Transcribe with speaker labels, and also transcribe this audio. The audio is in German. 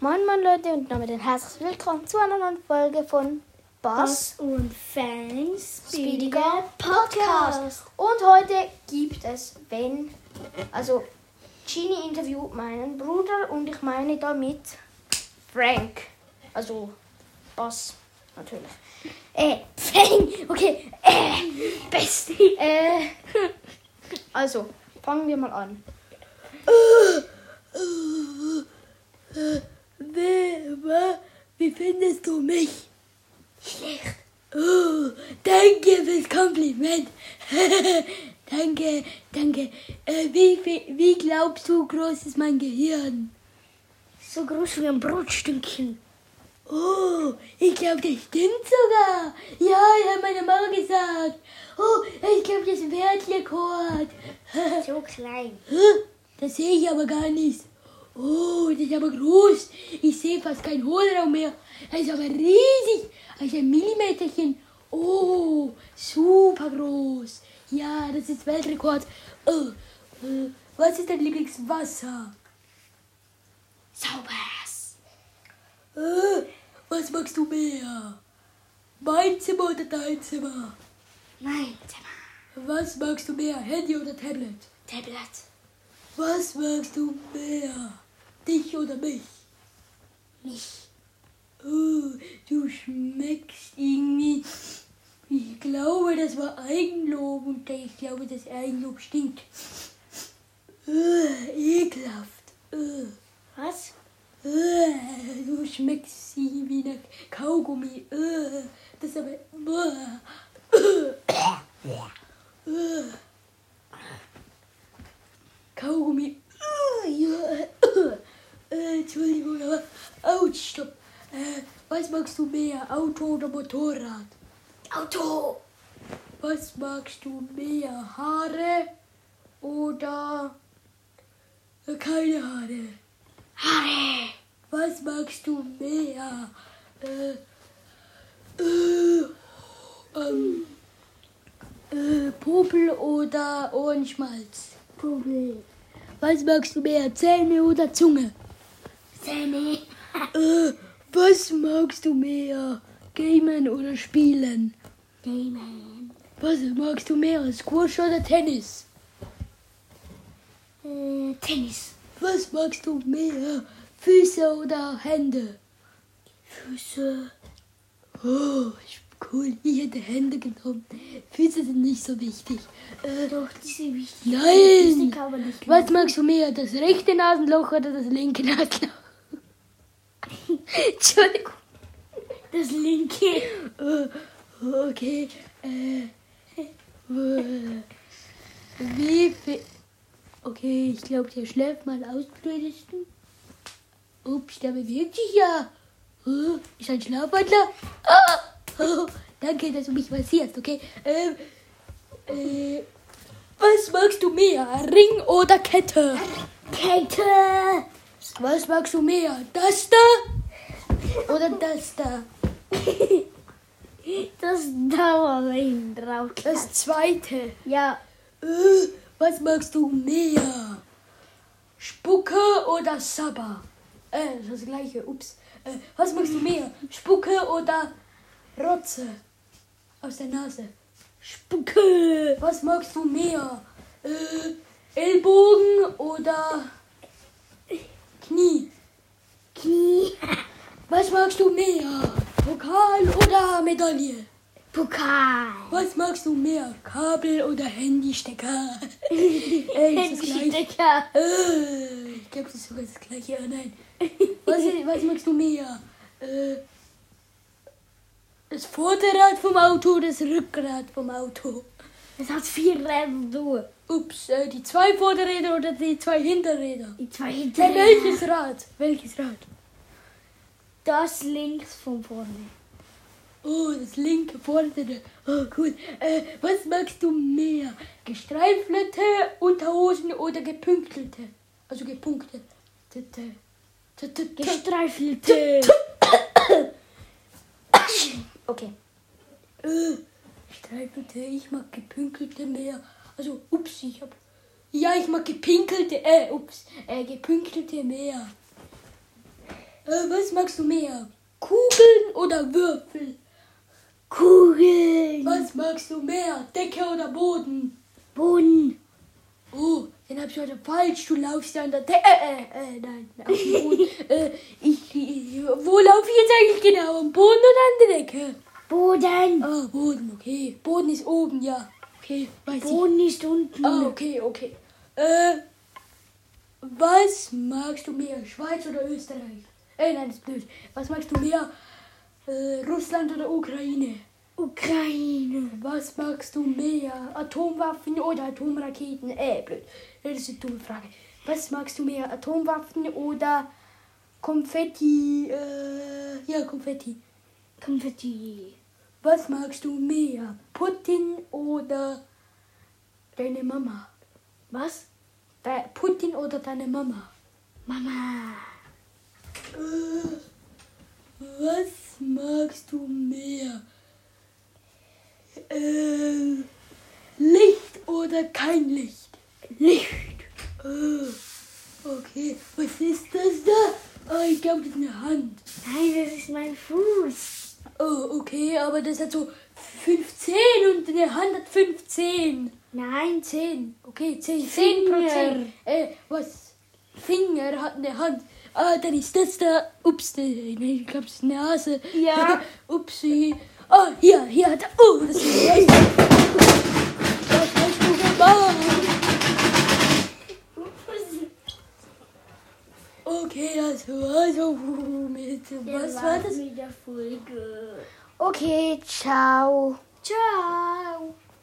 Speaker 1: Moin Moin Leute und damit ein herzliches Willkommen zu einer neuen Folge von Bass
Speaker 2: Boss und Fans
Speaker 1: Speediger Podcast. Und heute gibt es, wenn, also Genie interviewt meinen Bruder und ich meine damit Frank. Also Bass natürlich. Äh, Frank, okay, äh, beste. Äh, also fangen wir mal an.
Speaker 2: Wie findest du mich? Schlecht. Oh, danke fürs Kompliment. danke, danke. Äh, wie, viel- wie glaubst du, groß ist mein Gehirn?
Speaker 1: So groß wie ein Brotstückchen.
Speaker 2: Oh, ich glaube, das stimmt sogar. Ja, hat meine Mama gesagt. Oh, ich glaube, das wird Rekord.
Speaker 1: So klein.
Speaker 2: Hä? Das sehe ich aber gar nicht. Oh, das ist aber groß. Ich sehe fast keinen Hohlraum mehr. Das ist aber riesig. Also ein Millimeterchen. Oh, super groß. Ja, das ist Weltrekord. Oh, äh, was ist dein Lieblingswasser?
Speaker 1: Sauberes.
Speaker 2: Äh, was magst du mehr? Mein Zimmer oder dein Zimmer?
Speaker 1: Nein, Zimmer.
Speaker 2: Was magst du mehr? Handy oder Tablet?
Speaker 1: Tablet.
Speaker 2: Was magst du mehr? Dich oder mich?
Speaker 1: Mich.
Speaker 2: Oh, du schmeckst irgendwie. Ich glaube, das war Eigenlob und ich glaube, das Eigenlob stinkt. Äh, ekelhaft. Äh,
Speaker 1: Was?
Speaker 2: äh, du schmeckst irgendwie nach Kaugummi. Äh, das ist aber. Äh, äh, Kaugummi. Äh, ja, äh, Entschuldigung, aber. Autsch, stopp. Äh, was magst du mehr, Auto oder Motorrad?
Speaker 1: Auto.
Speaker 2: Was magst du mehr, Haare oder äh, keine Haare?
Speaker 1: Haare.
Speaker 2: Was magst du mehr? Äh, äh, ähm, äh, Popel oder Ohrenschmalz?
Speaker 1: Problem.
Speaker 2: Was magst du mehr, Zähne oder Zunge?
Speaker 1: Sammy.
Speaker 2: Äh, was magst du mehr, Gamen oder Spielen?
Speaker 1: Damon.
Speaker 2: Was magst du mehr, Squash oder Tennis?
Speaker 1: Äh, Tennis.
Speaker 2: Was magst du mehr, Füße oder Hände?
Speaker 1: Füße.
Speaker 2: Oh, ich- cool, ich hätte Hände genommen. Füße sind nicht so wichtig. Äh,
Speaker 1: Doch, die sind wichtig. Die
Speaker 2: Nein!
Speaker 1: sind aber nicht
Speaker 2: Was magst du mehr, das rechte Nasenloch oder das linke Nasenloch? Entschuldigung.
Speaker 1: Das linke.
Speaker 2: Äh, okay. Äh, äh, wie viel... Okay, ich glaube, der schläft mal aus, blödesten. Ups, der bewegt sich ja. Äh, ist ein Schlafwandler. Ah, oh, danke, dass du mich massierst, okay? Ähm, äh, was magst du mehr, Ring oder Kette?
Speaker 1: Kette.
Speaker 2: Was magst du mehr, das da oder das da?
Speaker 1: Das Dauerring drauf.
Speaker 2: Das zweite.
Speaker 1: Ja.
Speaker 2: Äh, was magst du mehr? Spucke oder Sabber? Äh, das gleiche, ups. Äh, was magst du mehr? Spucke oder Rotze? Aus der Nase. Spucke! Was magst du mehr? Äh, Ellbogen oder Knie?
Speaker 1: Knie.
Speaker 2: Was magst du mehr? Pokal oder Medaille?
Speaker 1: Pokal.
Speaker 2: Was magst du mehr? Kabel oder Handystecker? Ey, das ist das gleiche.
Speaker 1: Handystecker.
Speaker 2: Äh, ich glaube, das ist sogar das gleiche. Oh nein. Was, was magst du mehr? Äh, das Vorderrad vom Auto oder das Rückgrat vom Auto?
Speaker 1: Es hat vier Räder durch.
Speaker 2: Ups, äh, die zwei Vorderräder oder die zwei Hinterräder?
Speaker 1: Die zwei
Speaker 2: Ja,
Speaker 1: hinten.
Speaker 2: welches Rad? Welches Rad?
Speaker 1: Das links von vorne.
Speaker 2: Oh, das linke Vordere. Oh, cool. Äh, was magst du mehr? Gestreifelte Unterhosen oder gepünktelte? Also gepunktete. Tete. Tete.
Speaker 1: Gestreifelte. Okay.
Speaker 2: Äh, Streifelte, ich mag gepünkelte mehr. Also, ups, ich hab. Ja, ich mag gepinkelte, äh, ups, äh, gepünkelte mehr. Äh, was magst du mehr? Kugeln oder Würfel?
Speaker 3: Kugeln.
Speaker 2: Was magst du mehr? Decke oder Boden?
Speaker 3: Boden.
Speaker 2: Oh, den hab ich heute falsch. Du laufst ja an der Decke. Äh, äh, äh, nein. Auf dem Boden. äh, ich, ich, wo laufe ich jetzt eigentlich genau? Am Boden oder an der Decke?
Speaker 3: Boden.
Speaker 2: Ah, Boden, okay. Boden ist oben, ja. Okay, weiß ich.
Speaker 3: Boden ist unten.
Speaker 2: Ah, okay, okay. Äh, was magst du mehr, Schweiz oder Österreich? Äh, nein, das ist blöd. Was magst du mehr, äh, Russland oder Ukraine?
Speaker 3: Ukraine.
Speaker 2: Was magst du mehr, Atomwaffen oder Atomraketen? Äh, blöd. Das ist eine dumme Frage. Was magst du mehr, Atomwaffen oder Konfetti? Äh, ja, Konfetti.
Speaker 3: Konfetti.
Speaker 2: Was magst du mehr, Putin oder deine Mama?
Speaker 3: Was?
Speaker 2: De Putin oder deine Mama?
Speaker 3: Mama.
Speaker 2: Äh, was magst du mehr? Äh, Licht oder kein Licht?
Speaker 3: Licht.
Speaker 2: Äh, okay, was ist das da? Oh, ich glaube, das ist eine Hand.
Speaker 3: Nein, das ist mein Fuß.
Speaker 2: Oh, okay, aber das hat so 15 und eine Hand hat 15.
Speaker 3: Nein.
Speaker 2: 10, okay, 10, 10 Prozent. Äh, was? Finger hat eine Hand. Ah, dann ist das da. Ups, äh, nee, ich glaube, das ist eine Nase.
Speaker 1: Ja.
Speaker 2: Upsi. Oh, hier, hier hat er. Oh, das ist ein Was hast du gemacht? Okay, das war so mit. Was war das?
Speaker 3: Wieder Folge.
Speaker 1: Okay, ciao.
Speaker 3: Ciao.